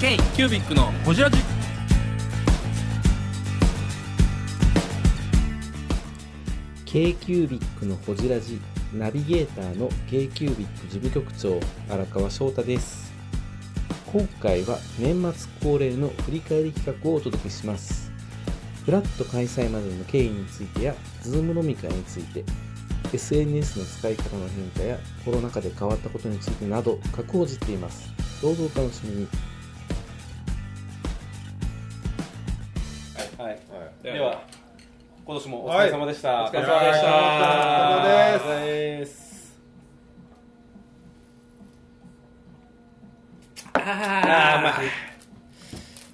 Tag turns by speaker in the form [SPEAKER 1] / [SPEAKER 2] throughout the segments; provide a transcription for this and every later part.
[SPEAKER 1] K キュービックのホジラジ
[SPEAKER 2] 京急ビックのほじラジナビゲーターの京急ビック事務局長荒川翔太です今回は年末恒例の振り返り企画をお届けしますフラット開催までの経緯についてや Zoom 飲み会について SNS の使い方の変化やコロナ禍で変わったことについてなど各報じっていますどうぞお楽しみに
[SPEAKER 3] はい、
[SPEAKER 4] はい
[SPEAKER 3] では今年もお疲れ様でした、
[SPEAKER 4] はい
[SPEAKER 3] お疲れ様でした
[SPEAKER 4] はいお疲れ様
[SPEAKER 3] です
[SPEAKER 1] あ
[SPEAKER 3] あ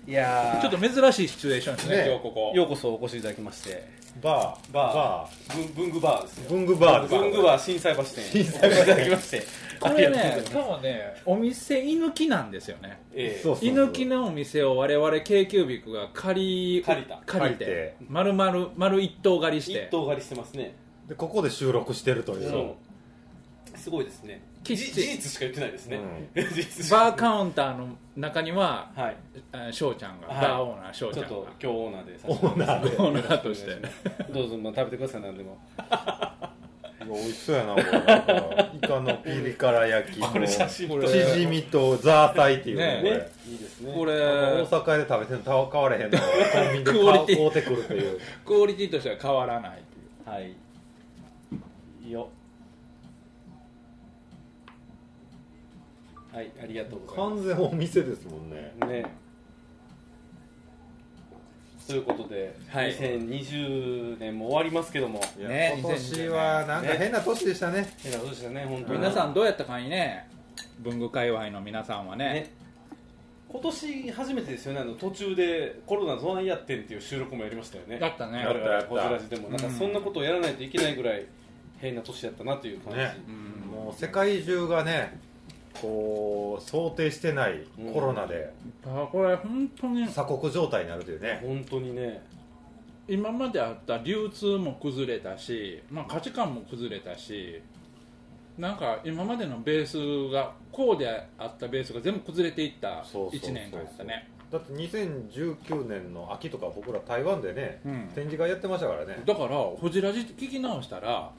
[SPEAKER 3] いやー
[SPEAKER 1] ちょっと珍しいシチュエーションですね
[SPEAKER 4] ね
[SPEAKER 1] 今日ここ
[SPEAKER 3] ようこそお越しいただきまして
[SPEAKER 4] バー、
[SPEAKER 3] バー文文具バーです
[SPEAKER 4] ー
[SPEAKER 3] よ
[SPEAKER 4] 文具バー
[SPEAKER 3] 文具バー震災橋店
[SPEAKER 4] 震 災
[SPEAKER 3] お越しいただきまして
[SPEAKER 1] こ
[SPEAKER 3] あり
[SPEAKER 1] れ
[SPEAKER 3] がとうござい
[SPEAKER 1] ね
[SPEAKER 3] ます
[SPEAKER 1] 多分ねお店居抜きなんですよね
[SPEAKER 3] ええ
[SPEAKER 4] そうそう
[SPEAKER 1] 居抜きのお店を我々 k キュービックが借り
[SPEAKER 3] 借りた
[SPEAKER 1] 借り
[SPEAKER 4] 借り
[SPEAKER 1] て
[SPEAKER 4] て
[SPEAKER 1] 丸々丸一棟借りし
[SPEAKER 3] 一
[SPEAKER 1] て
[SPEAKER 3] 頭狩りしてますね
[SPEAKER 4] でここで収録してるという
[SPEAKER 3] そうすごいですね
[SPEAKER 1] キ
[SPEAKER 3] じ
[SPEAKER 1] ッチン
[SPEAKER 3] 事実しか言ってないです ね、事実しか
[SPEAKER 1] バーカウンターの中には
[SPEAKER 3] はい
[SPEAKER 1] あ翔ちゃんが
[SPEAKER 3] はい
[SPEAKER 1] バーオーナー翔ち
[SPEAKER 3] ち
[SPEAKER 1] ゃん
[SPEAKER 3] ょ
[SPEAKER 1] が
[SPEAKER 3] っと今日オーナーでさ
[SPEAKER 4] オ
[SPEAKER 3] せて
[SPEAKER 4] ーナーで
[SPEAKER 1] オーナーとして
[SPEAKER 3] どうぞまあ食べてください何でも
[SPEAKER 4] うわ美味しそうやなこれなんかイカのピリ辛焼き
[SPEAKER 3] これ写
[SPEAKER 4] と
[SPEAKER 3] 真
[SPEAKER 1] これ
[SPEAKER 4] チヂミとザーサイっていう
[SPEAKER 1] ね
[SPEAKER 4] ね
[SPEAKER 3] ねいいですね
[SPEAKER 1] こ
[SPEAKER 4] これ
[SPEAKER 1] れ
[SPEAKER 4] 大阪で食べてるの買われへんのコンビニで
[SPEAKER 1] クオリティ
[SPEAKER 4] 買う買うてくるという
[SPEAKER 1] クオリティとしては変わらないという
[SPEAKER 3] はいいいよはいありがとうございま
[SPEAKER 4] 完全お店ですもんね
[SPEAKER 3] すねということで、
[SPEAKER 1] はい
[SPEAKER 3] 2020年も終わりますけども
[SPEAKER 4] いや
[SPEAKER 1] ね
[SPEAKER 4] 今年はなんか変な年でしたね
[SPEAKER 3] 変なことでしたね本当に
[SPEAKER 1] 皆さんどうやったかいね文具界隈の皆さんはね
[SPEAKER 3] ね今年初めてですよねあの途中でコロナどないやってんっていう収録もやりましたよね
[SPEAKER 1] だったね
[SPEAKER 4] やったやった
[SPEAKER 3] ホジラジでもなんか
[SPEAKER 1] うん
[SPEAKER 3] そんなことをやらないといけないぐらい変な年やったなという感じ、
[SPEAKER 4] ね
[SPEAKER 1] うん
[SPEAKER 4] もう世界中がねこう想定してないコロナで
[SPEAKER 1] あこれ本当に
[SPEAKER 4] 鎖国状態になるというね
[SPEAKER 3] 本当にね
[SPEAKER 1] 今まであった流通も崩れたし、まあ、価値観も崩れたしなんか今までのベースがこうであったベースが全部崩れていった
[SPEAKER 4] そうそうそうそう
[SPEAKER 1] 1年間だったね
[SPEAKER 4] だって2019年の秋とか僕ら台湾でね、
[SPEAKER 1] うん
[SPEAKER 4] 展示会やってましたからね
[SPEAKER 1] だからホジラジ聞き直したら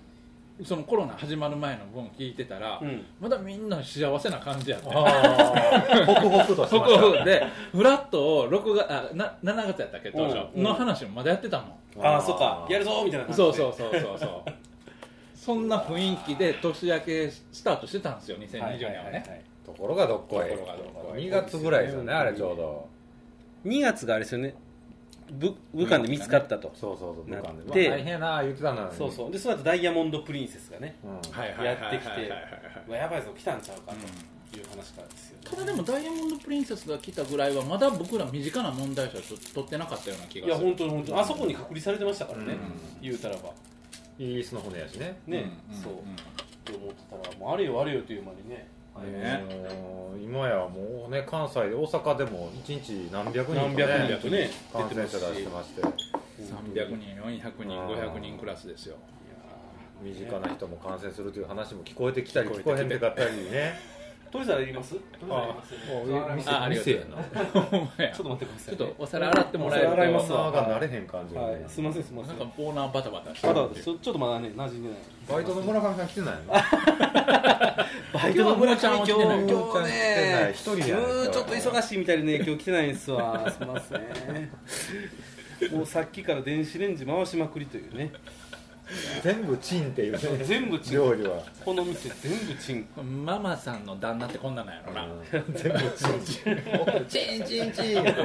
[SPEAKER 1] そのコロナ始まる前の分聞いてたら、
[SPEAKER 3] うん
[SPEAKER 1] まだみんな幸せな感じやった
[SPEAKER 4] あ あホクホクとして
[SPEAKER 1] そ
[SPEAKER 4] ました
[SPEAKER 1] こでフラットを6月あな7月やったっけ当
[SPEAKER 3] う
[SPEAKER 1] 初
[SPEAKER 3] ん
[SPEAKER 1] の話もまだやってたもん、
[SPEAKER 3] ああそっかやるぞみたいな感じで
[SPEAKER 1] そうそうそうそうそう そんな雰囲気で年明けスタートしてたんですよ2020年はね、
[SPEAKER 4] ところがどっこい
[SPEAKER 1] ところがどっこい
[SPEAKER 4] 2月ぐらいですよねあれちょうど
[SPEAKER 3] 2月があれですよね武武漢で見つかったと、
[SPEAKER 4] そうそうそう武漢
[SPEAKER 3] なっ
[SPEAKER 4] で
[SPEAKER 3] て
[SPEAKER 4] うわ大変やな言ってたのに
[SPEAKER 3] そうそうでその後ダイヤモンドプリンセスがね
[SPEAKER 4] うん、
[SPEAKER 1] はい
[SPEAKER 3] はいはいはいはいはいまあやばいぞ来たんちゃうかという話からですよ、ね
[SPEAKER 1] ただでもダイヤモンドプリンセスが来たぐらいはまだ僕ら身近な問題者と取ってなかったような気が
[SPEAKER 3] い
[SPEAKER 1] す
[SPEAKER 3] や
[SPEAKER 1] る
[SPEAKER 3] 本当に本当にあそこに隔離されてましたからね、
[SPEAKER 4] うん
[SPEAKER 3] 言うたらば
[SPEAKER 4] イギリスの船やしね
[SPEAKER 3] ね、
[SPEAKER 1] うん
[SPEAKER 3] そう、
[SPEAKER 1] ん
[SPEAKER 3] と思ってたらもうあれよあれよという間にね
[SPEAKER 1] ね
[SPEAKER 4] あのー今やもうね関西で大阪でも1日何百人とか
[SPEAKER 3] 何百人とね
[SPEAKER 4] 感染者
[SPEAKER 3] 出てます
[SPEAKER 4] 出
[SPEAKER 3] し
[SPEAKER 4] してまして
[SPEAKER 1] 300人400人
[SPEAKER 4] うん
[SPEAKER 1] 500人クラスですよ
[SPEAKER 4] 身近な人も感染するという話も聞こえてきたり聞こえへんでかったりね
[SPEAKER 3] トイザら言いますトイザら言いますちょ
[SPEAKER 4] 店
[SPEAKER 1] あありがとう
[SPEAKER 4] 店やな
[SPEAKER 1] ほんまや
[SPEAKER 3] っ
[SPEAKER 1] ち
[SPEAKER 3] と待ってください、
[SPEAKER 1] ょっ
[SPEAKER 3] ね、
[SPEAKER 1] とお皿洗ってもらえる
[SPEAKER 3] お
[SPEAKER 1] と
[SPEAKER 3] 皿洗います
[SPEAKER 4] バーが慣れへん感じ、ね
[SPEAKER 3] はい、すみませんすみま
[SPEAKER 1] な
[SPEAKER 3] せ
[SPEAKER 1] ん
[SPEAKER 3] ん
[SPEAKER 1] かオーナーバタバタして
[SPEAKER 3] まだ
[SPEAKER 1] るっ
[SPEAKER 3] まだ
[SPEAKER 1] ていう
[SPEAKER 3] ちょちょっとまだね馴染んでない
[SPEAKER 4] バイトの村上さん来てないの
[SPEAKER 3] バ
[SPEAKER 1] イトの村ちゃんは来てない
[SPEAKER 3] 今日ね
[SPEAKER 4] 来てない一人やね
[SPEAKER 3] うーちょっと忙しいみたいでね今日来てないんですわすいませんもうさっきから電子レンジ回しまくりというね
[SPEAKER 4] 全部チンっていうね
[SPEAKER 3] 全部チン
[SPEAKER 4] 料理は
[SPEAKER 3] この店全部チン
[SPEAKER 1] ママさんの旦那ってこんなんなんやろな、
[SPEAKER 4] 全部チンチンチンチン
[SPEAKER 3] いやいやいやいや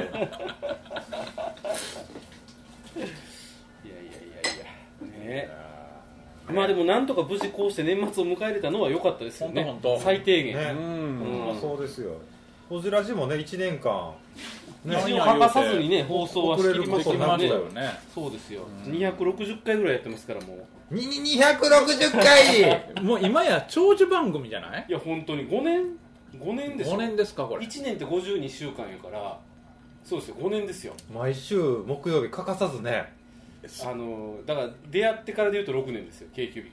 [SPEAKER 3] ねまあでもなんとか無事こうして年末を迎えれたのは良かったですよね
[SPEAKER 1] ほんとほんと
[SPEAKER 3] 最低限、
[SPEAKER 4] ね
[SPEAKER 3] うん
[SPEAKER 4] まあそうですよホジラジもね1年間
[SPEAKER 3] 一応欠かさずにね放送はしきりましたから
[SPEAKER 4] 遅れ
[SPEAKER 3] ね
[SPEAKER 4] ることなく
[SPEAKER 1] ね
[SPEAKER 3] そうですよ260回ぐらいやってますからもう
[SPEAKER 4] にに260 回
[SPEAKER 1] もう今や長寿番組じゃない
[SPEAKER 3] いや本当に5年5年です
[SPEAKER 1] 5年ですかこれ
[SPEAKER 3] 1年って52週間やからそうですよ5年ですよ
[SPEAKER 4] 毎週木曜日欠かさずね
[SPEAKER 3] あのだから出会ってからでいうと6年ですよ k ー b i c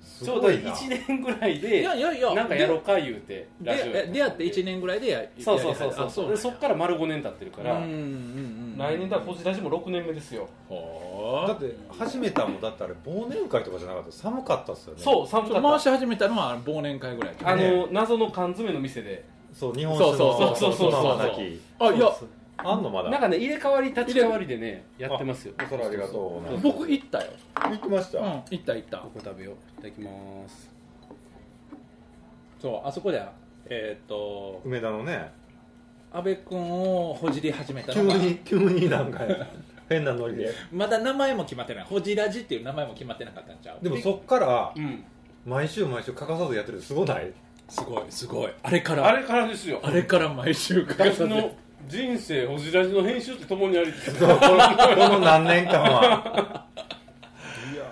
[SPEAKER 4] す
[SPEAKER 3] ちょう
[SPEAKER 4] ご
[SPEAKER 3] ど
[SPEAKER 4] いな
[SPEAKER 3] 1年ぐらい
[SPEAKER 1] い
[SPEAKER 3] で
[SPEAKER 1] やいやいや
[SPEAKER 3] なんかやろうか言うて
[SPEAKER 1] で
[SPEAKER 3] ラジオや
[SPEAKER 1] え出会って1
[SPEAKER 3] 年
[SPEAKER 1] 年ぐらいでや
[SPEAKER 3] そうそうそうそう
[SPEAKER 1] あそう
[SPEAKER 3] でそっから丸5年経ってるから、
[SPEAKER 1] うんうんうん
[SPEAKER 3] 来年だからこじらじも6年目ですよ、
[SPEAKER 1] ほー
[SPEAKER 4] だって始めたもんだってあれ忘年会とかじゃなかった寒かったっすよね
[SPEAKER 3] そう寒か
[SPEAKER 1] 回
[SPEAKER 3] っ
[SPEAKER 1] し始めたのは忘年会ぐらい
[SPEAKER 3] たあの謎の缶詰の店で
[SPEAKER 4] そう日本酒の
[SPEAKER 1] そう
[SPEAKER 3] そうそうそうそう
[SPEAKER 4] 大人は泣き
[SPEAKER 1] あいや
[SPEAKER 3] そう
[SPEAKER 4] あんのまだ
[SPEAKER 3] なんかね入れ替わり立ち替わりでねやってますよ
[SPEAKER 4] あそれありがとう
[SPEAKER 1] 僕行ったよ、
[SPEAKER 4] 行きまし
[SPEAKER 1] う
[SPEAKER 4] た、
[SPEAKER 1] ん、行った行った
[SPEAKER 3] ここ食べよういただきます
[SPEAKER 1] そうあそこでえーっ、と
[SPEAKER 4] 梅田のね
[SPEAKER 1] 阿部君をほじり始めた
[SPEAKER 4] 急
[SPEAKER 1] のが
[SPEAKER 4] に急になんか変なノリで
[SPEAKER 1] まだ名前も決まってないほじらじっていう名前も決まってなかったんちゃう
[SPEAKER 4] でもそっから
[SPEAKER 3] うん
[SPEAKER 4] 毎週毎週欠かさずやってるす ごない
[SPEAKER 1] すごいすごいあれから
[SPEAKER 3] あれからですよ
[SPEAKER 1] あれから毎週欠かさ
[SPEAKER 3] 私
[SPEAKER 1] ず
[SPEAKER 3] の人生ほじらじの編集ととも にありです
[SPEAKER 4] そうこのこの何年 間はいや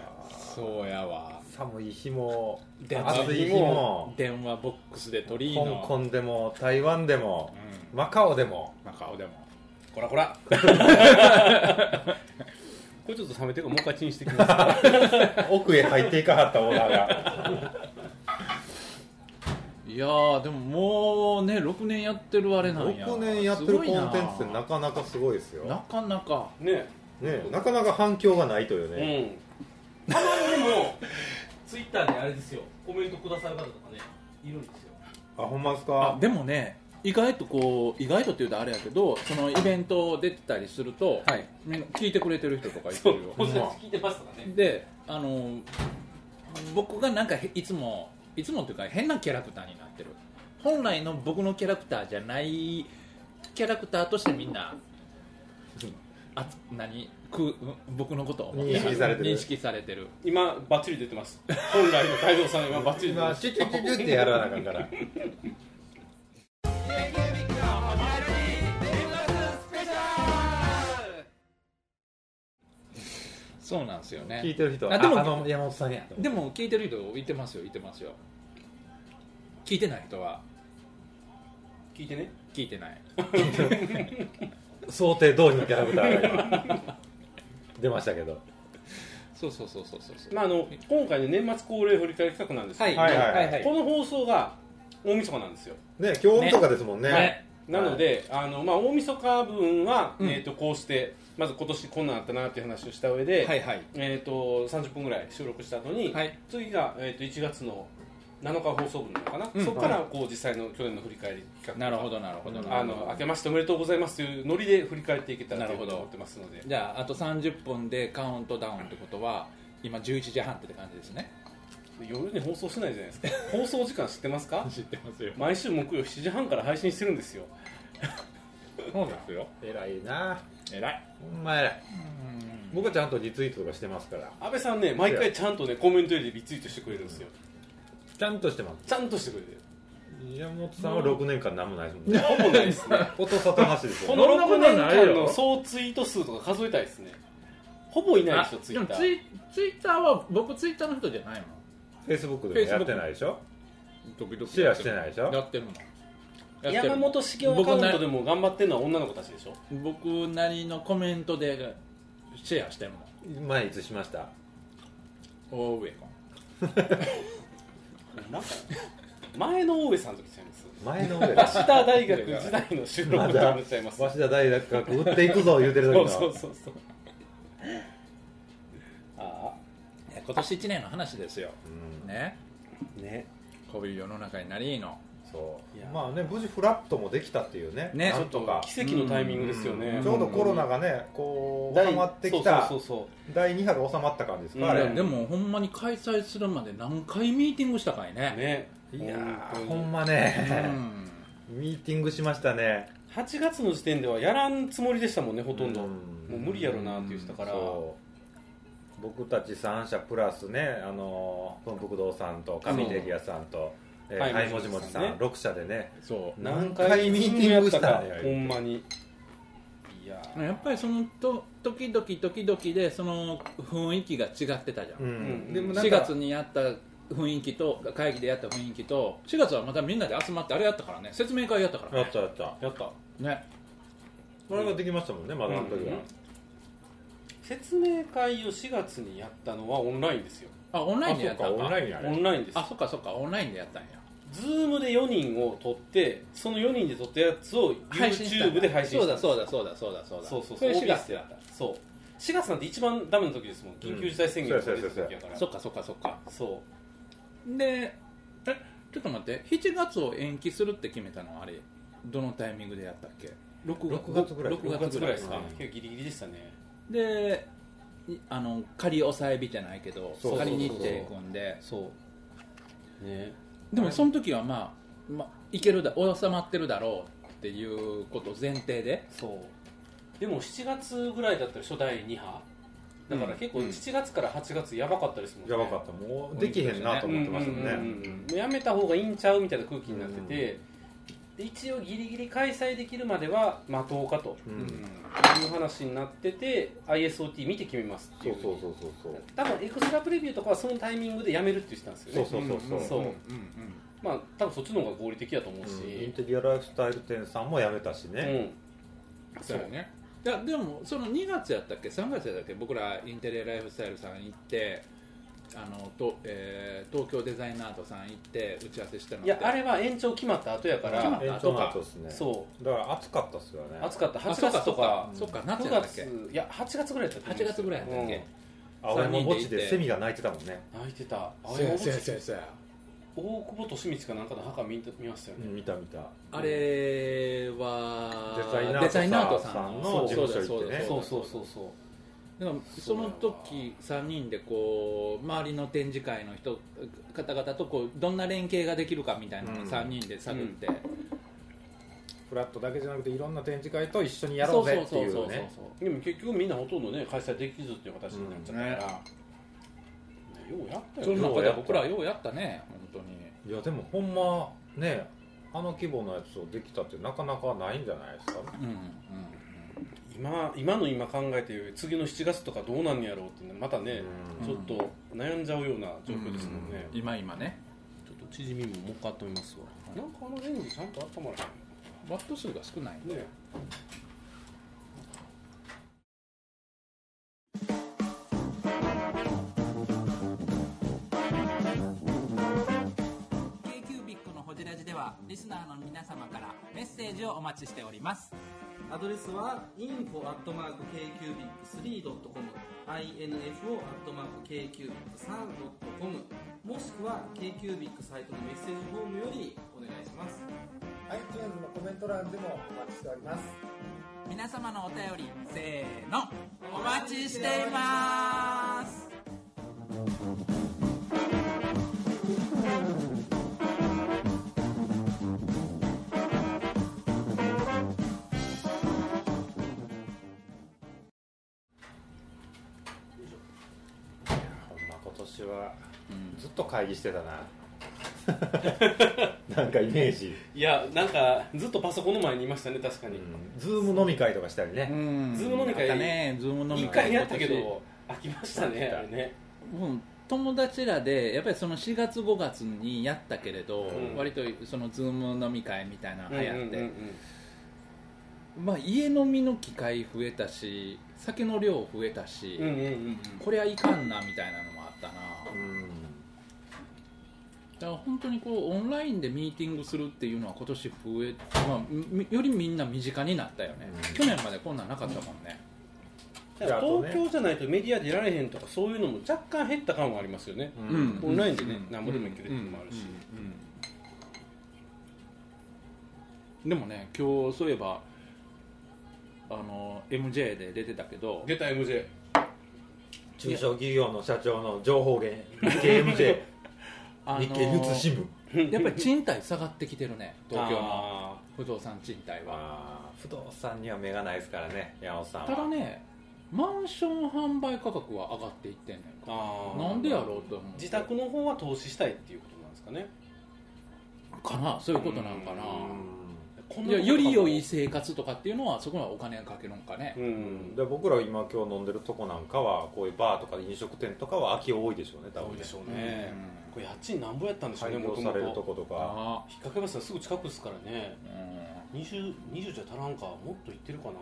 [SPEAKER 1] そうやわ
[SPEAKER 4] ー寒い日も
[SPEAKER 1] で
[SPEAKER 4] 暑い日も
[SPEAKER 1] 電話ボックスで取り
[SPEAKER 4] 香
[SPEAKER 1] いの
[SPEAKER 4] 港でも台湾でも
[SPEAKER 1] う
[SPEAKER 4] マカオでも
[SPEAKER 1] ん、中尾でもこらこら
[SPEAKER 3] これちょっと冷めてるからもう一回チンしてきます
[SPEAKER 4] 奥へ入っていかはったオーナーが
[SPEAKER 1] いやーでももうね6年やってるあれなんや
[SPEAKER 4] 6年やってるコンテンツって
[SPEAKER 1] すごい
[SPEAKER 4] なかなかすごいですよ、
[SPEAKER 1] ななかなか
[SPEAKER 3] ね
[SPEAKER 4] ね、なかなか反響がないというね、
[SPEAKER 3] うんたまにでもツイッターであれですよコメントくださる方とかねいるんですよ
[SPEAKER 4] あほんまです
[SPEAKER 1] あ
[SPEAKER 4] か
[SPEAKER 1] でもね意外とこう意外とって言うとあれやけどそのイベント出てたりすると、
[SPEAKER 3] はい
[SPEAKER 1] みんな聞いてくれてる人とかいて
[SPEAKER 3] そう
[SPEAKER 1] るよ
[SPEAKER 3] ほじら
[SPEAKER 4] うん
[SPEAKER 3] じ聞いてますとかね
[SPEAKER 1] であの僕がなんかへいつもいつもというか変なキャラクターになってる本来の僕のキャラクターじゃないキャラクターとしてみんなあつ何くうん僕のことを思って
[SPEAKER 4] 認識されてる
[SPEAKER 1] 認識されてる
[SPEAKER 3] 今バッチリ出てます本来の泰造さん今バッチリ出て
[SPEAKER 4] 今
[SPEAKER 3] ます
[SPEAKER 4] チュチュチュチュってやらなあか んから
[SPEAKER 1] そうなんですよね
[SPEAKER 4] 聞いてる人は
[SPEAKER 1] あでも
[SPEAKER 4] ああの山本さんやと
[SPEAKER 1] でも聞いてる人いてますよいてますよ聞いてない人は
[SPEAKER 3] 聞いてね
[SPEAKER 1] 聞いてない
[SPEAKER 4] 想定通りのキャラクターが今出ましたけど
[SPEAKER 1] そうそうそうそうそうそう
[SPEAKER 3] まああの今回の年末恒例振り返り企画なんですけど、
[SPEAKER 4] はいはいはい
[SPEAKER 3] この放送が大晦日なんですよ
[SPEAKER 4] ね今日とかですもんね
[SPEAKER 1] ね
[SPEAKER 3] なので、あのまあ、大晦日分は、
[SPEAKER 1] うん
[SPEAKER 3] えー、とこうしてまず今年こんなんあったなっていう話をした上で、
[SPEAKER 1] はいはい
[SPEAKER 3] えー、と30分ぐらい収録した後に、
[SPEAKER 1] はい
[SPEAKER 3] 次が、えー、と1月の7日放送分なのかな、
[SPEAKER 1] うん
[SPEAKER 3] そこからこう実際の去年の振り返り企画
[SPEAKER 1] なるほどなるほど
[SPEAKER 4] うん
[SPEAKER 1] な
[SPEAKER 3] あ
[SPEAKER 1] るほど
[SPEAKER 3] の明けましておめでとうございますというノリで振り返っていけたら
[SPEAKER 1] な
[SPEAKER 3] と
[SPEAKER 1] るほど
[SPEAKER 3] 思ってますので
[SPEAKER 1] じゃああと30分でカウントダウンってことは今11時半って感じですね
[SPEAKER 3] 夜に放送してないじゃないですか 放送時間知ってますか
[SPEAKER 1] 知ってますよ
[SPEAKER 3] 毎週木曜7時半から配信してるんですよ
[SPEAKER 1] そうですよ
[SPEAKER 4] 偉いな
[SPEAKER 1] えらい
[SPEAKER 4] ほんま偉い僕はちゃんとリツイートとかしてますから
[SPEAKER 3] 安倍さんね毎回ちゃんとねコメント入れてリツイートしてくれるんですよ
[SPEAKER 4] ちゃんとしてます
[SPEAKER 3] ちゃんとしてくれてる
[SPEAKER 4] 山本さんは6年間何もないですもんね
[SPEAKER 3] ほぼないで すね
[SPEAKER 4] 音沙汰なしです
[SPEAKER 3] こ
[SPEAKER 4] よ
[SPEAKER 3] の
[SPEAKER 4] ね
[SPEAKER 3] 6年間の総ツイート数とか数えたいですねほぼいない
[SPEAKER 1] あ
[SPEAKER 3] でしょツイ
[SPEAKER 1] で
[SPEAKER 3] ッ
[SPEAKER 1] も
[SPEAKER 3] タ
[SPEAKER 1] ツ
[SPEAKER 3] ー
[SPEAKER 1] イツイッターは僕ツイッターの人じゃないもん
[SPEAKER 4] フェイスブックでもやってないでしょ
[SPEAKER 1] 時々
[SPEAKER 4] シェアしてないでしょ
[SPEAKER 1] やってるもんやってる
[SPEAKER 3] 山本茂雄アカウントでも頑張ってるのは女の子たちでしょ
[SPEAKER 1] 僕なりのコメントでシェアしてるもん
[SPEAKER 4] 前いつしました
[SPEAKER 1] 大上君
[SPEAKER 3] なんか前の大上さんの時ちゃいます
[SPEAKER 4] 前の 上
[SPEAKER 3] 芦田大学時代の収録
[SPEAKER 4] ま
[SPEAKER 3] とか
[SPEAKER 4] だ
[SPEAKER 3] になっちゃいます
[SPEAKER 4] 早稲田大学が打っていくぞ言うてる時
[SPEAKER 3] そ
[SPEAKER 4] の
[SPEAKER 3] うそうそうそうあ
[SPEAKER 1] いや今年1年の話ですよ
[SPEAKER 4] うん
[SPEAKER 1] ね
[SPEAKER 3] あね
[SPEAKER 1] こういう世の中になりいの
[SPEAKER 4] そう
[SPEAKER 3] いや
[SPEAKER 4] まあね無事フラットもできたっていうね
[SPEAKER 1] ね
[SPEAKER 4] なんとか
[SPEAKER 3] 奇跡のタイミングですよね、
[SPEAKER 1] うん
[SPEAKER 4] ちょうどコロナがねこう
[SPEAKER 3] 第
[SPEAKER 4] 収まってきた
[SPEAKER 3] そうそうそう
[SPEAKER 4] 第2波が収まった感じですかあ
[SPEAKER 3] う
[SPEAKER 4] れ
[SPEAKER 3] ん
[SPEAKER 1] でもほんまに開催するまで何回ミーティングしたかい
[SPEAKER 3] そう
[SPEAKER 1] ね
[SPEAKER 3] ね
[SPEAKER 4] いやーほ
[SPEAKER 3] 本
[SPEAKER 4] んま
[SPEAKER 1] う
[SPEAKER 4] ね
[SPEAKER 1] ん
[SPEAKER 4] ミーティングしましたね
[SPEAKER 3] 当に8月の時点ではやらんつもりでしたもんねほとんど、
[SPEAKER 4] うん
[SPEAKER 3] もう無理やろなって言ってたから、
[SPEAKER 4] そう僕たち3社プラスねあの文福堂さんと上出来屋さんとえ
[SPEAKER 3] は
[SPEAKER 4] ー
[SPEAKER 3] い
[SPEAKER 4] はいもじもじさ
[SPEAKER 3] もじもじさん
[SPEAKER 4] ん
[SPEAKER 3] ね
[SPEAKER 4] 6社でね
[SPEAKER 1] そう
[SPEAKER 4] 何回ミーティングしたんや
[SPEAKER 3] ほんまにいやー
[SPEAKER 1] やっぱりそのと時々時々でその雰囲気が違ってたじゃん、
[SPEAKER 4] うん
[SPEAKER 3] うん
[SPEAKER 4] でもなん
[SPEAKER 1] 4
[SPEAKER 4] か
[SPEAKER 1] 月にやった雰囲気と会議でやった雰囲気と4月はまたみんなで集まってあれやったからね説明会やったから
[SPEAKER 4] や
[SPEAKER 1] ね
[SPEAKER 4] ったやった
[SPEAKER 3] やった
[SPEAKER 1] ね
[SPEAKER 4] それができましたもんねまだあの時は
[SPEAKER 3] うん説明会を4月にやったのはオンラインですよ
[SPEAKER 1] あオンラインでや
[SPEAKER 4] そ
[SPEAKER 1] っ
[SPEAKER 4] う
[SPEAKER 1] た
[SPEAKER 4] か
[SPEAKER 1] ん
[SPEAKER 4] オンラインや
[SPEAKER 3] オン
[SPEAKER 4] ね
[SPEAKER 3] ラインです
[SPEAKER 1] あそっかそっかオンラインでやったんや
[SPEAKER 3] ズームで4人を撮ってその4人で撮ったやつを
[SPEAKER 1] 配信したんだ
[SPEAKER 3] YouTube で配信
[SPEAKER 1] そ
[SPEAKER 3] し
[SPEAKER 1] う
[SPEAKER 3] た
[SPEAKER 1] だそうだそうだそうだそうだ
[SPEAKER 3] そうそ
[SPEAKER 1] こ
[SPEAKER 3] うそう
[SPEAKER 1] れ4
[SPEAKER 3] OBS
[SPEAKER 1] 月
[SPEAKER 3] で
[SPEAKER 1] や
[SPEAKER 3] やっ
[SPEAKER 1] った
[SPEAKER 3] そう4月なんて一番ダメな時ですもん緊急事態宣言が出た時やか
[SPEAKER 1] た
[SPEAKER 3] ら
[SPEAKER 1] そっかそっかそっか
[SPEAKER 3] そ
[SPEAKER 1] でえちょっと待って7月を延期するって決めたのはあれどのタイミングでやったっけ6
[SPEAKER 4] 六月ぐらい
[SPEAKER 3] 6
[SPEAKER 1] 6
[SPEAKER 3] 月
[SPEAKER 1] 月
[SPEAKER 3] ぐ
[SPEAKER 1] ぐ
[SPEAKER 3] ら
[SPEAKER 1] らいで
[SPEAKER 3] いで
[SPEAKER 1] すす
[SPEAKER 3] か
[SPEAKER 1] か
[SPEAKER 4] うん
[SPEAKER 3] 結構ギリギリでしたね
[SPEAKER 1] でいあの仮抑え日じゃないけど
[SPEAKER 4] そうそうそう
[SPEAKER 1] 仮日程組んで
[SPEAKER 3] そうね
[SPEAKER 1] でもその時はまあ、まあ、いけるだ収まってるだろうっていうことを前提で
[SPEAKER 3] そうでも7月ぐらいだったでしょ第2波だから結構
[SPEAKER 1] うん
[SPEAKER 3] 7月から8月やばかったですもんね
[SPEAKER 4] やばかったもうできへんなと思ってましたもんね
[SPEAKER 3] うんうんうんうんもうやめた方がいいんちゃうみたいな空気になってて、で一応ギリギリ開催できるまでは待とうかと、
[SPEAKER 4] うん
[SPEAKER 3] いう話になってて ISOT 見て決めますって
[SPEAKER 4] そ
[SPEAKER 3] いうう
[SPEAKER 4] そうそうそうそう
[SPEAKER 3] 多分エクストラプレビューとかはそのタイミングでやめるって言ってたんですよね
[SPEAKER 4] そうそうそう
[SPEAKER 3] そう
[SPEAKER 1] うん
[SPEAKER 3] まあ多分そっちの方が合理的だと思う
[SPEAKER 4] うんイン
[SPEAKER 3] し
[SPEAKER 4] テリアライフスタイル店さんもやめたし
[SPEAKER 3] うん、
[SPEAKER 4] ね、
[SPEAKER 1] そうやねいやでもその2月やったっけ3月やったっけ僕らインテリアライフスタイルさん行ってあのと、えー東京デザイナートさん行って打ち合わせしたのって
[SPEAKER 3] いやあれは延長決まった後やか
[SPEAKER 1] 決ま
[SPEAKER 3] ら
[SPEAKER 1] った
[SPEAKER 4] 延長の後ですね
[SPEAKER 3] そ
[SPEAKER 4] だから暑かったっすよね
[SPEAKER 3] う暑かった
[SPEAKER 1] あ
[SPEAKER 3] 8
[SPEAKER 1] そうかそ
[SPEAKER 3] 月と
[SPEAKER 1] うか
[SPEAKER 3] か
[SPEAKER 1] そうか夏
[SPEAKER 3] 9
[SPEAKER 1] やったっ
[SPEAKER 3] 月
[SPEAKER 1] け
[SPEAKER 3] いや8月ぐらいだった
[SPEAKER 1] 8月ぐらいやったっ
[SPEAKER 3] うん
[SPEAKER 1] け、
[SPEAKER 4] 青山墓地でセミが鳴いてたもんね、
[SPEAKER 3] 泣いてた青
[SPEAKER 1] そう
[SPEAKER 3] 山
[SPEAKER 1] や
[SPEAKER 3] 墓
[SPEAKER 1] そうや
[SPEAKER 3] 地
[SPEAKER 1] そうやそうや
[SPEAKER 3] 大久保利光かなんかの墓見た見ましたよね、
[SPEAKER 4] うん見た見た
[SPEAKER 1] あれは
[SPEAKER 4] デザイナートさ
[SPEAKER 1] デザイナートさん
[SPEAKER 4] んの
[SPEAKER 1] そう
[SPEAKER 4] 事務所行ってね
[SPEAKER 3] そうそうそうそう
[SPEAKER 1] だからその時3人でこう周りの展示会の人方々とこうどんな連携ができるかみたいなのを3人で探って、
[SPEAKER 4] フラットだけじゃなくていろんな展示会と一緒にやろうぜってい
[SPEAKER 1] そうそううそうそう
[SPEAKER 4] ね
[SPEAKER 1] そう
[SPEAKER 3] でも結局みんなほとんどね開催できずっていう形になっちゃったから、ねようやったよ
[SPEAKER 1] そ
[SPEAKER 3] ね
[SPEAKER 1] の中で僕らはようやったね本
[SPEAKER 4] いやでもほんまねあの規模のやつをできたってなかなかないんじゃないですか
[SPEAKER 1] 当にうんうん
[SPEAKER 3] 今今の今考えて次の7月とかどうなんやろうってねまたね、
[SPEAKER 4] うん
[SPEAKER 3] ちょっと悩んじゃうような状況ですもんね、
[SPEAKER 1] うん今今ね
[SPEAKER 3] ちょっと縮みももう一回温めますわ、なんかあのレンジちゃんと温まらへ
[SPEAKER 1] ワット数が少ない
[SPEAKER 3] んね
[SPEAKER 5] リスナーの皆様からメッセージをお待ちしております
[SPEAKER 6] アドレスは info.kcubic3.com info.kcubic3.com もしくは KQBIC サイトのメッセージフォームよりお願いします
[SPEAKER 7] iTunes のコメント欄でもお待ちしております
[SPEAKER 5] 皆様のお便りせーのお待ちしています
[SPEAKER 4] ほんま今年はずっと会議してた ななんかイメージ、
[SPEAKER 3] いやなんかずっとパソコンの前にいましたね確かに、
[SPEAKER 4] ズーム飲み会とかしたりね、
[SPEAKER 1] ん
[SPEAKER 3] ズーム飲み会
[SPEAKER 1] あったねズーム飲
[SPEAKER 3] 一
[SPEAKER 1] み
[SPEAKER 3] 回
[SPEAKER 1] 会
[SPEAKER 3] やったけ
[SPEAKER 1] 今年
[SPEAKER 3] ど飽きましたねあれね
[SPEAKER 1] うん友達らでやっぱりその4月5月にやったけれど、
[SPEAKER 3] うん
[SPEAKER 1] 割とそのズーム飲み会みたいなの流行って、
[SPEAKER 3] うんうん
[SPEAKER 1] まあ、家飲みの機会増えたし酒の量増えたし、
[SPEAKER 3] うんうんうんうんうん
[SPEAKER 1] これはいかんなみたいなのもあったな
[SPEAKER 4] うん
[SPEAKER 1] だから本当にこうオンラインでミーティングするっていうのは今年増え、まあみ、よりみんな身近になったよね、
[SPEAKER 4] うん
[SPEAKER 1] 去年までこんなんなかったもんね、
[SPEAKER 3] だから東京じゃないとメディア出られへんとかそういうのも若干減った感はありますよね、
[SPEAKER 4] うん
[SPEAKER 3] オンラインでね
[SPEAKER 1] うん
[SPEAKER 3] 何ぼでもいけるっていうのもあるし
[SPEAKER 1] うんうんうんでもね今日そういえばあの MJ で出てたけど
[SPEAKER 3] 出た MJ
[SPEAKER 4] 中小企業の社長の情報源日経 MJ
[SPEAKER 1] あの
[SPEAKER 4] 日経流通新聞
[SPEAKER 1] やっぱり賃貸下がってきてるね東京の
[SPEAKER 3] あ
[SPEAKER 1] 不動産賃貸は
[SPEAKER 4] あー不動産には目がないですからね山本さんは
[SPEAKER 1] ただねマンション販売価格は上がっていってんねん
[SPEAKER 3] ーあー
[SPEAKER 1] なんでやろうと思う
[SPEAKER 3] 自宅の方は投資したいっていうことなんですかね
[SPEAKER 1] かなそういうことなんかな
[SPEAKER 3] こん
[SPEAKER 1] い
[SPEAKER 3] な
[SPEAKER 1] や
[SPEAKER 3] こと
[SPEAKER 1] より良い生活とかっていうのはそこはお金かけるんかね
[SPEAKER 3] う
[SPEAKER 4] うん
[SPEAKER 3] ん
[SPEAKER 4] で僕ら今今日飲んでるとこなんかはこういうバーとか飲食店とかは空き多いでしょうね多
[SPEAKER 3] ど
[SPEAKER 4] 分
[SPEAKER 3] う
[SPEAKER 4] ね
[SPEAKER 3] でしょうね
[SPEAKER 1] うん
[SPEAKER 3] これ家賃なんぼやったんでしょう
[SPEAKER 4] 開
[SPEAKER 3] ねも
[SPEAKER 4] 業
[SPEAKER 3] と
[SPEAKER 4] さ
[SPEAKER 3] も
[SPEAKER 4] れると
[SPEAKER 3] と
[SPEAKER 4] ことか
[SPEAKER 1] あ
[SPEAKER 3] 引っ掛け橋さんすぐ近くですからね
[SPEAKER 1] あうん
[SPEAKER 3] 20, 20じゃ足らんかもっといってるかな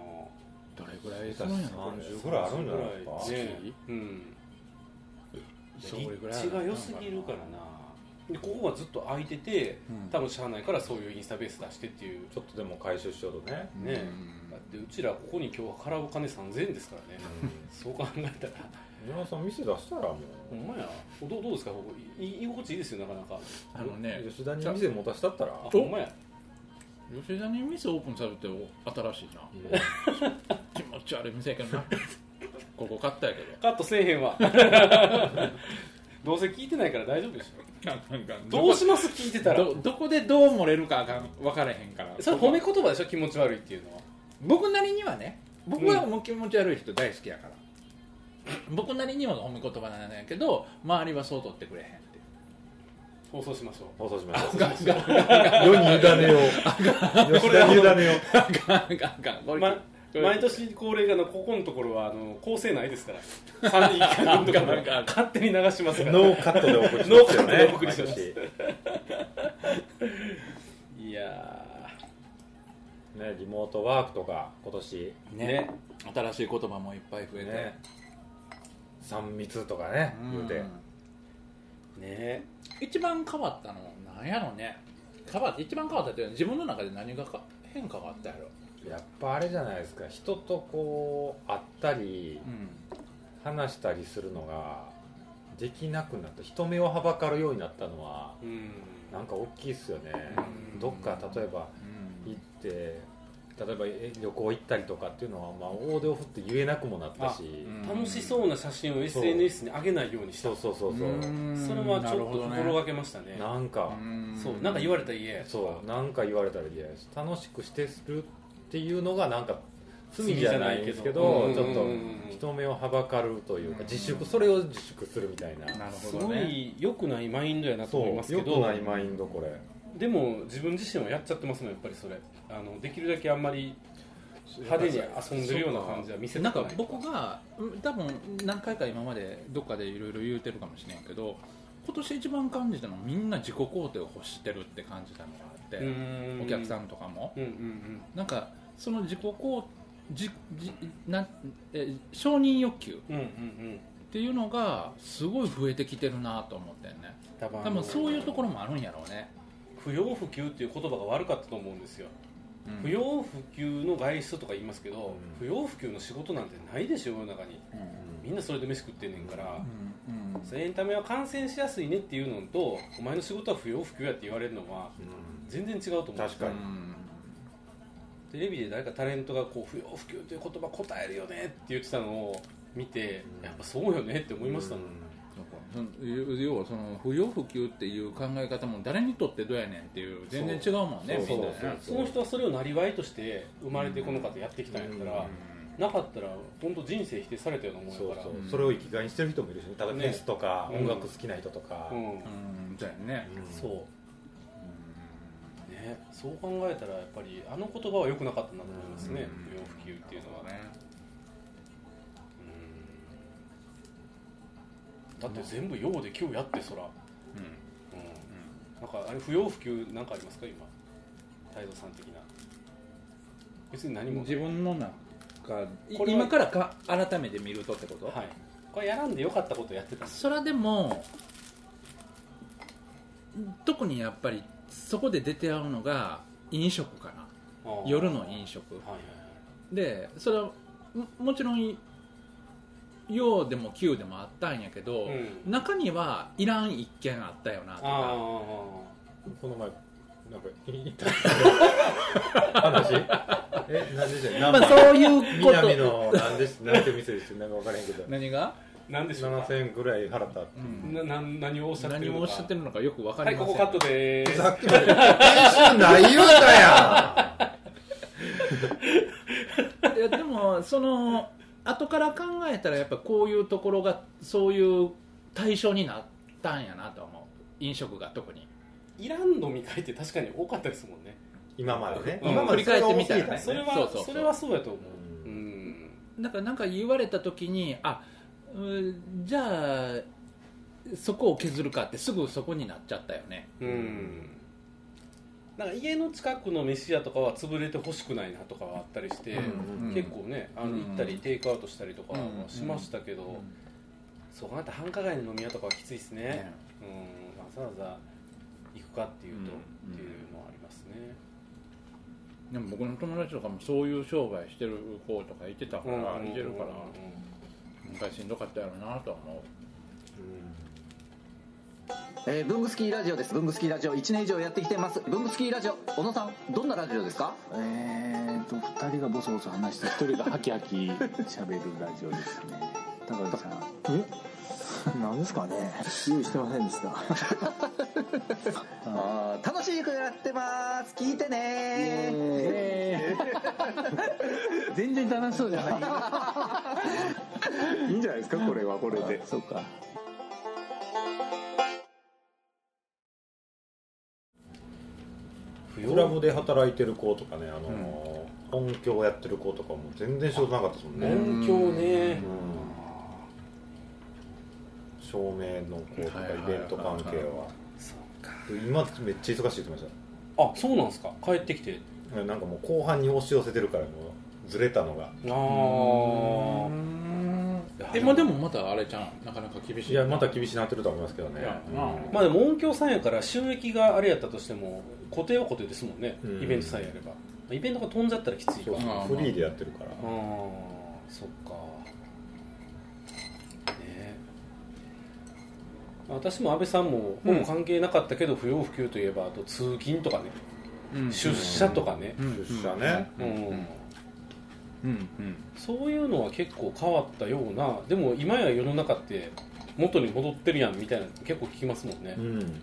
[SPEAKER 1] どれぐらい
[SPEAKER 4] 下
[SPEAKER 1] す
[SPEAKER 4] 手
[SPEAKER 1] るんや
[SPEAKER 4] し
[SPEAKER 1] ろこれ
[SPEAKER 4] 30ぐらいあるんじゃないですか
[SPEAKER 3] ねうん
[SPEAKER 1] それぐらい
[SPEAKER 3] 立地が良すぎるからなでここはずっと空いてて、
[SPEAKER 1] うん
[SPEAKER 3] 多分社内からそういうインスタベース出してっていう
[SPEAKER 4] ちょっとでも回収しようとね、
[SPEAKER 3] ねだってうちらここに今日払うお金3000円ですからねそう考えたら
[SPEAKER 4] ジョンさん店出したらも
[SPEAKER 3] ほんまやどうどうですかここいい居心地いいですよなかなか
[SPEAKER 1] あの
[SPEAKER 4] う、
[SPEAKER 1] ね
[SPEAKER 4] 吉田に店持たせたったら
[SPEAKER 3] あほんまや
[SPEAKER 1] 吉田に店オープンされて新しいな気持ち悪い店やけ どなここ買ったやけど
[SPEAKER 3] カットせえへんわ どうせ聞いてないから大丈夫でしょどうします聞いてたら
[SPEAKER 1] どどこでどう漏れるかあかん分からへんから
[SPEAKER 3] それ褒め言葉でしょ気持ち悪いっていうのは
[SPEAKER 1] 僕なりにはね僕はもう気持ち悪い人大好きやから、僕なりには褒め言葉なんやけど周りはそう取ってくれへんっていう
[SPEAKER 3] 放送しましょう
[SPEAKER 4] 放送しましょう世に委ねよう吉田に委ねよう
[SPEAKER 1] ガンガンガンこれ
[SPEAKER 3] ま、毎年恒例があのここのところはあの構成内ですから3人1回分とかも勝手に流しますから
[SPEAKER 4] ノーカットでお送りし
[SPEAKER 3] ノー
[SPEAKER 4] ます
[SPEAKER 3] カッ
[SPEAKER 4] よ
[SPEAKER 3] トで
[SPEAKER 4] ね
[SPEAKER 3] お送りします
[SPEAKER 4] 毎
[SPEAKER 3] いや
[SPEAKER 4] 年ねリモートワークとか今年
[SPEAKER 3] ーね
[SPEAKER 1] 新しい言葉もいっぱい増えて、
[SPEAKER 4] ね三密とかね
[SPEAKER 1] うん
[SPEAKER 4] 言うて
[SPEAKER 3] ね
[SPEAKER 1] 一番変わったのなんやろね変わ一番変わったっていうのは自分の中で何がか変化があったやろ、
[SPEAKER 4] やっぱあれじゃないですか人とこう会ったり話したりするのができなくなった人目をはばかるようになったのは
[SPEAKER 3] うん
[SPEAKER 4] なんか大きいっすよね
[SPEAKER 1] うん
[SPEAKER 4] どっか例えば行って例えばえ旅行行ったりとかっていうのは、まあ、大手を振って言えなくもなったし、
[SPEAKER 1] うん
[SPEAKER 3] 楽しそうな写真を SNS に上げないようにした
[SPEAKER 4] そうそうそうそう、
[SPEAKER 3] それはちょっと心がけましたね
[SPEAKER 4] なんか、
[SPEAKER 3] そうなんか言われたら言えや
[SPEAKER 4] そうなんか言われたら嫌やし楽しくしてるっていうのがなんか罪じゃないですけど
[SPEAKER 3] 罪じ
[SPEAKER 4] ち
[SPEAKER 3] ゃ
[SPEAKER 4] ょ
[SPEAKER 3] な
[SPEAKER 4] っ
[SPEAKER 3] いけど
[SPEAKER 4] と
[SPEAKER 3] うんうんうんうん
[SPEAKER 4] 人目をはばかるというか
[SPEAKER 1] うん
[SPEAKER 4] 自粛それを自粛するみたいな
[SPEAKER 1] なる
[SPEAKER 3] す
[SPEAKER 1] ほど
[SPEAKER 3] ご
[SPEAKER 1] ね
[SPEAKER 3] い良くないマインドやなと
[SPEAKER 4] そう
[SPEAKER 3] 思いますけ
[SPEAKER 4] よ
[SPEAKER 3] ど
[SPEAKER 4] くないマインドこれ
[SPEAKER 3] でも自分自身はやっちゃってますもんやっぱりそれあのできるだけあんまり派手に遊んでるような感じは見せ
[SPEAKER 1] な
[SPEAKER 3] た
[SPEAKER 1] ん
[SPEAKER 3] くない
[SPEAKER 1] か僕がうん多分何回か今までどっかでいろいろ言うてるかもしれんけど今年一番感じたのはみんな自己肯定を欲してるって感じたのがあって、お客さ
[SPEAKER 3] ん
[SPEAKER 1] んとかも
[SPEAKER 3] うんうん
[SPEAKER 1] なんかその自己肯じじなんえ承認欲求
[SPEAKER 3] うんうんうんうん
[SPEAKER 1] っていうのがすごい増えてきてるなと思ってんね
[SPEAKER 3] 多分あ
[SPEAKER 1] 多
[SPEAKER 3] の
[SPEAKER 1] 分そういうところもあるんやろうね、
[SPEAKER 3] 不要不急っていう言葉が悪かったと思うんですよ、不要不急の外出とか言いますけど、
[SPEAKER 4] う
[SPEAKER 3] 不要不急の仕事なんてないでしょ世の中に
[SPEAKER 1] うん
[SPEAKER 3] みんなそれで飯食ってんねんから、
[SPEAKER 1] うん
[SPEAKER 3] それエンタメは感染しやすいねっていうのとお前の仕事は不要不急やって言われるのは全然違うと思うんですよ
[SPEAKER 4] 確かに
[SPEAKER 3] テレビで誰かタレントがこう不要不急という言葉答えるよねって言ってたのを見て、
[SPEAKER 4] うん
[SPEAKER 3] やっぱそうよねって思いましたもん、
[SPEAKER 1] なんかその要はその不要不急っていう考え方も誰にとってどうやねんっていう全然違うもんね
[SPEAKER 4] そう
[SPEAKER 1] みんなね
[SPEAKER 4] そうそう
[SPEAKER 3] その人はそれをなりわいとして生まれてこの方やってきたんやったら、なかったら本当人生否定されたようなもんや
[SPEAKER 4] そう
[SPEAKER 3] から
[SPEAKER 4] そう、
[SPEAKER 1] うん
[SPEAKER 4] それを生きがいにしてる人もいるしねただフ
[SPEAKER 3] ね
[SPEAKER 4] ェスとか、
[SPEAKER 3] うん
[SPEAKER 4] 音楽好きな人とか、
[SPEAKER 3] うん
[SPEAKER 1] うんそうやね
[SPEAKER 3] そう、ね、そう考えたらやっぱりあの言葉は良くなかったなと思いますね、
[SPEAKER 4] うん
[SPEAKER 3] 不要不急っていうのは、
[SPEAKER 1] ね
[SPEAKER 3] うんだって全部用で今日やってそら、うんなんかあれ不要不急なんかありますか今太蔵さん的な別に何も
[SPEAKER 1] 自分の中い
[SPEAKER 3] これは
[SPEAKER 1] 今からか改めて見るとってこと、
[SPEAKER 3] はいこれやらんでよかったことやってたんです
[SPEAKER 1] それはでも特にやっぱりそこで出て会うのが飲食かな夜の飲食
[SPEAKER 3] はいはい
[SPEAKER 1] でそれはももちろん陽でも急でもあったんやけど、
[SPEAKER 3] はい、うん、
[SPEAKER 1] 中にはいらん一件あったよなと
[SPEAKER 3] あ
[SPEAKER 1] か
[SPEAKER 4] この前なんか言いたい話 え何でしたっけ
[SPEAKER 1] まあそういうこ
[SPEAKER 4] 南
[SPEAKER 1] と
[SPEAKER 4] の何でしなんて店でしたなんか分からへんけ ど
[SPEAKER 1] 何が
[SPEAKER 3] あなんでしょうか
[SPEAKER 4] 7000円ぐらい払ったって
[SPEAKER 1] うん
[SPEAKER 3] なな何をおっしゃって
[SPEAKER 1] 何
[SPEAKER 3] るのか
[SPEAKER 1] をおっしゃってるのかよくわか
[SPEAKER 3] は
[SPEAKER 1] り
[SPEAKER 3] い
[SPEAKER 1] ま
[SPEAKER 3] こ
[SPEAKER 1] せん、
[SPEAKER 3] こカットでーす
[SPEAKER 4] さっきまで編集ない言うたや
[SPEAKER 1] いやでもその後から考えたらやっぱこういうところがそういう対象になったんやなと思う飲食が特に
[SPEAKER 3] いらん飲み会って確かに多かったですもんね
[SPEAKER 4] ん今までね
[SPEAKER 3] うん
[SPEAKER 4] 今までそれが多すぎ
[SPEAKER 1] 振り返ってみたらね
[SPEAKER 3] それは
[SPEAKER 1] そ
[SPEAKER 3] そう
[SPEAKER 1] そうそう
[SPEAKER 3] れはそうやと思う
[SPEAKER 4] う
[SPEAKER 3] うんん
[SPEAKER 1] なんかなんか言われた時にあうーじゃあそこを削るかってすぐそこになっちゃったよね
[SPEAKER 3] うんなんか家の近くの飯屋とかは潰れてほしくないなとかはあったりして、
[SPEAKER 1] うん
[SPEAKER 4] うん
[SPEAKER 3] 結構ねあ
[SPEAKER 1] う
[SPEAKER 3] の
[SPEAKER 1] ん
[SPEAKER 3] 行ったりテイクアウトしたりとかはしましたけど、
[SPEAKER 1] うん
[SPEAKER 3] そう考えたら繁華街の飲み屋とかはきついですね
[SPEAKER 1] ね
[SPEAKER 3] うんわざわざ行くかっていうと、
[SPEAKER 1] うん
[SPEAKER 3] っていうのはありますね
[SPEAKER 1] でも僕の友達とかもそういう商売してる子とかいてたから、いてるから昔しんどかったやろうなとは思
[SPEAKER 8] えー、ブングスキーラジオですブングスキーラジオ1年以上やってきてますブングスキーラジオ小野さんどんなラジオですか
[SPEAKER 9] えーと2人がボソボソ話して1人がハキハキ喋るラジオですね高橋さんえなんですかね用意してませんでした
[SPEAKER 8] あー楽しくやってます聞いてね
[SPEAKER 9] 全然楽しそうじゃないいいんじゃないですかこれはこれでそうか
[SPEAKER 4] クラブで働いてる子とかねあのー、音響やってる子とかも全然仕事なかったですもんね、うん
[SPEAKER 3] 音響ね
[SPEAKER 4] 照明の子とか
[SPEAKER 1] はいはい
[SPEAKER 4] イベント関係は
[SPEAKER 3] そうか
[SPEAKER 4] 今めっちゃ忙しいって言ってまし
[SPEAKER 3] あそうなんですか帰ってきて
[SPEAKER 4] たなんかもう後半に押し寄せてるからもうずれたのが
[SPEAKER 3] あ
[SPEAKER 1] う今でもまたあれじゃんなかなか厳しい
[SPEAKER 4] いやまた厳しいなってると思いますけどね
[SPEAKER 1] いやまあ
[SPEAKER 4] うん
[SPEAKER 3] まあでも音響さんやから収益があれやったとしても固定は固定ですもんね、
[SPEAKER 4] うん
[SPEAKER 3] イベントさえやればイベントが飛んじゃったらきつい
[SPEAKER 4] そう
[SPEAKER 3] わ
[SPEAKER 4] そう
[SPEAKER 1] まあまあ
[SPEAKER 4] フリーでやってるから
[SPEAKER 3] あーそっかね私も安倍さんも
[SPEAKER 1] うん
[SPEAKER 3] 本関係なかったけど不要不急といえばあと通勤とかね、
[SPEAKER 1] うん
[SPEAKER 3] 出社とかね、
[SPEAKER 1] うん
[SPEAKER 4] 出社ね
[SPEAKER 3] うん
[SPEAKER 1] うんうん
[SPEAKER 3] そういうのは結構変わったようなでも今や世の中って元に戻ってるやんみたいなの結構聞きますもんね、
[SPEAKER 4] うん
[SPEAKER 1] うん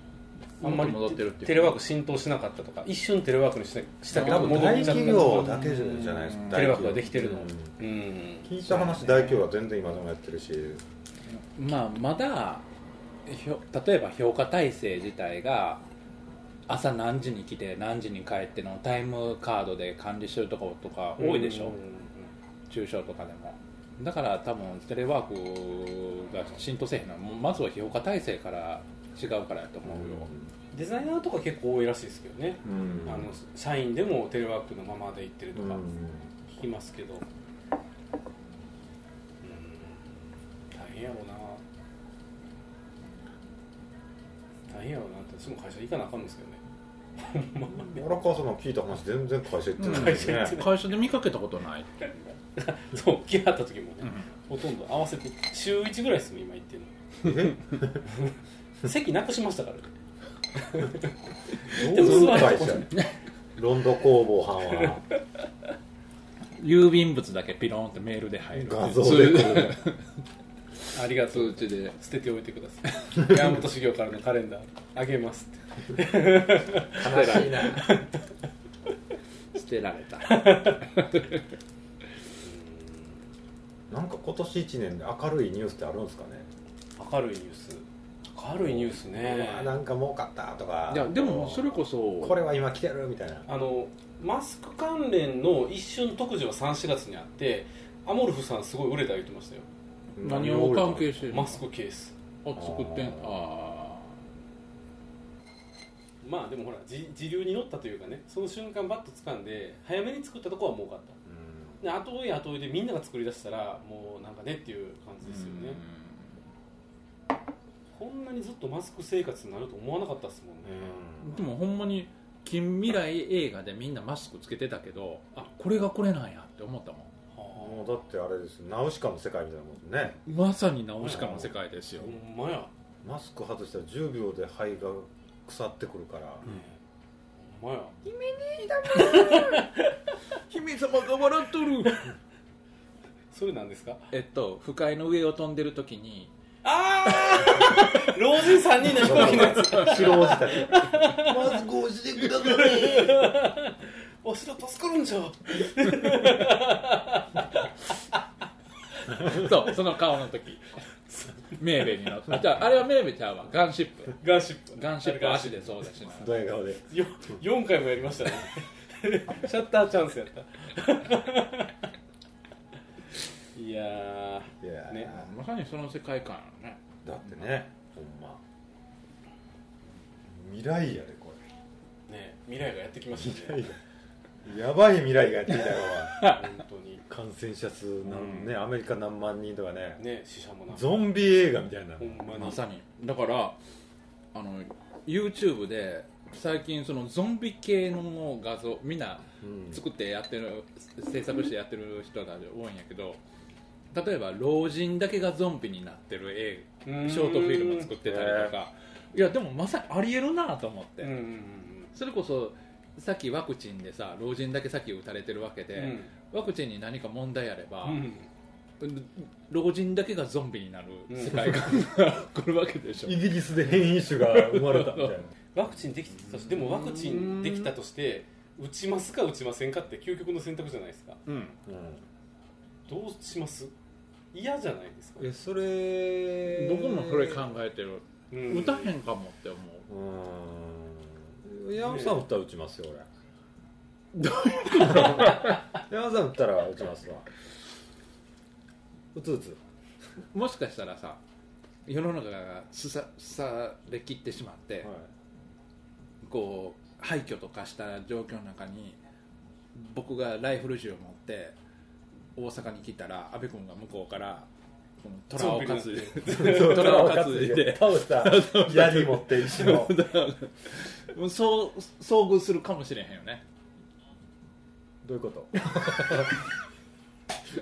[SPEAKER 3] あんまり
[SPEAKER 1] 戻ってるっていう
[SPEAKER 3] テレワーク浸透しなかったとか一瞬テレワークにしたしたけ
[SPEAKER 4] 多
[SPEAKER 3] ど
[SPEAKER 4] 分
[SPEAKER 3] 戻っ
[SPEAKER 4] 大
[SPEAKER 3] ちゃった
[SPEAKER 4] 企業だけじゃないですか
[SPEAKER 3] テレワークができてるの
[SPEAKER 4] うん
[SPEAKER 3] うん
[SPEAKER 4] 聞いた話大企業は全然今でもやってるし
[SPEAKER 1] まあまだひょ例えば評価体制自体が朝何時に来て何時に帰ってのタイムカードで管理してるとことか多いでしょ、中小とかでもだから多分テレワークが浸透せえへんのはもうまずは評価体制から違うからやと思うよ、
[SPEAKER 3] デザイナーとか結構多いらしいですけどね、
[SPEAKER 4] うん
[SPEAKER 3] あの社員でもテレワークのままで行ってると
[SPEAKER 4] うん
[SPEAKER 3] か聞きますけど、うん、大変やろな大変やろなって私も会社行かなあかんですけどね
[SPEAKER 4] 荒川さんの聞いた話全然会社行ってないで
[SPEAKER 3] う
[SPEAKER 4] す
[SPEAKER 3] ん会社行っ
[SPEAKER 4] ね
[SPEAKER 3] て
[SPEAKER 1] 会社で見かけたことない
[SPEAKER 3] そう来はった時もね、ほとんど合わせて週1ぐらいですもん今行ってるの席なくしましたからね
[SPEAKER 4] どういう
[SPEAKER 3] でも
[SPEAKER 4] 会社ロンド工房班は
[SPEAKER 1] 郵便物だけピローンってメールで入る
[SPEAKER 4] 画像で来る
[SPEAKER 3] ありがとう
[SPEAKER 1] 通知で
[SPEAKER 3] 捨てておいてください山本修行からのカレンダーあげますって
[SPEAKER 4] 悲しいな
[SPEAKER 1] 捨てられた
[SPEAKER 4] なんか今年1年で明るいニュースってあるんですかね、
[SPEAKER 3] 明るいニュース明るいニュースね
[SPEAKER 4] あなんか儲かったとか
[SPEAKER 1] いやでもそれこそ
[SPEAKER 4] これは今来てるみたいな
[SPEAKER 3] あのマスク関連の一瞬特需は34月にあってアモルフさんすごい売れた言ってましたよ
[SPEAKER 1] 何を関係してるのあ
[SPEAKER 3] マスクケース
[SPEAKER 1] 作ってんああ
[SPEAKER 3] まあでもほら自自流に乗ったというかねその瞬間バッと掴んで早めに作ったとこは儲かった
[SPEAKER 4] うん
[SPEAKER 3] で後追い後追いでみんなが作り出したらもうなんかねっていう感じですよねこんなにずっとマスク生活になると思わなかったですもんね、
[SPEAKER 1] でもほんまに近未来映画でみんなマスクつけてたけどあこれがこれなんやって思ったも
[SPEAKER 4] もうだってあれですよナウシカの世界みたいなもんですね
[SPEAKER 1] んまさにナウシカの世界ですよ、
[SPEAKER 3] ほんまや、
[SPEAKER 4] マスク外したら10秒で肺が腐ってくるから、
[SPEAKER 3] ほんまや
[SPEAKER 1] 姫様が笑っとる
[SPEAKER 3] それなんですか
[SPEAKER 1] えっと不快の上を飛んでる時に
[SPEAKER 3] ああ老人3人の飛行機のやつ
[SPEAKER 4] 白おじたち
[SPEAKER 3] お城助かるんじゃ
[SPEAKER 1] そうその顔の時メーベに乗ってあじゃああれはメーベちゃうわガンシップ
[SPEAKER 3] ガンシップ
[SPEAKER 1] ガンシップ足でそうだしな
[SPEAKER 4] ドヤ顔で
[SPEAKER 3] よ4回もやりました ねシャッターチャンスやった いやー
[SPEAKER 4] いや、
[SPEAKER 3] ね
[SPEAKER 4] ね、
[SPEAKER 1] まさにその世界観やね
[SPEAKER 4] だってねほんま未来やでこ
[SPEAKER 3] ね未来がやってきま
[SPEAKER 4] れ
[SPEAKER 3] したね
[SPEAKER 4] やばい未来がやってきたよおい
[SPEAKER 3] 本当に
[SPEAKER 4] 感染者数なん、ねアメリカ何万人とかね
[SPEAKER 3] ね死者もな
[SPEAKER 4] ゾンビ映画みたいな
[SPEAKER 3] ほんまに
[SPEAKER 1] まさにだからあの YouTube で最近そのゾンビ系の画像みんな
[SPEAKER 4] うん
[SPEAKER 1] 作ってやってる、制作してやってる人が多いんやけど例えば老人だけがゾンビになってる映
[SPEAKER 3] シ
[SPEAKER 1] 画ショートフィルム作ってたりとか、いやでもまさにありえるなと思って、
[SPEAKER 3] うんうん
[SPEAKER 1] それこそさっきワクチンでさ老人だけさっき打たれてるわけ
[SPEAKER 3] うんうん
[SPEAKER 1] で、ワクチンに何か問題あれば、
[SPEAKER 3] うん
[SPEAKER 1] 老人だけがゾンビになる世界 が、来るわけでしょ
[SPEAKER 4] イギリスで変異種が生まれたみたいな
[SPEAKER 3] ワクチンできたとしてでもワクチンできたとして打ちますか打ちませんかって究極の選択じゃないですかどうします嫌じゃないですか
[SPEAKER 4] うん、えそれ
[SPEAKER 1] 僕もそれ考えてる、
[SPEAKER 3] うん
[SPEAKER 1] 打たへんかもって思う
[SPEAKER 4] うん山本さん打ったら打ちますよ 俺山本さん打ったら打ちますわ打つ打つ
[SPEAKER 1] もしかしたらさ世の中がすさすされきってしまって、こう廃墟とかした状況の中に僕がライフル銃を持って大阪に来たら阿部君が向こうからこの虎を担いで虎を担いで
[SPEAKER 4] 倒した槍持って石 の
[SPEAKER 1] もう そう遭遇するかもしれへんよね
[SPEAKER 4] どういうこと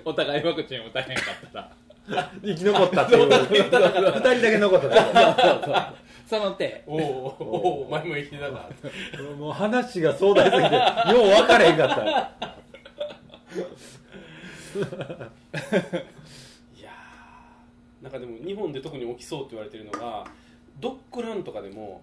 [SPEAKER 1] お互いワクチン打たへんかったら
[SPEAKER 4] 生き残ったっていう2人だけ残っただ
[SPEAKER 1] その手
[SPEAKER 3] おうおうおう お前も生きてたな
[SPEAKER 4] けもう話が壮大すぎてよう分からへん かっ
[SPEAKER 3] いやーなんかでも日本で特に起きそうって言われてるのがドッグランとかでも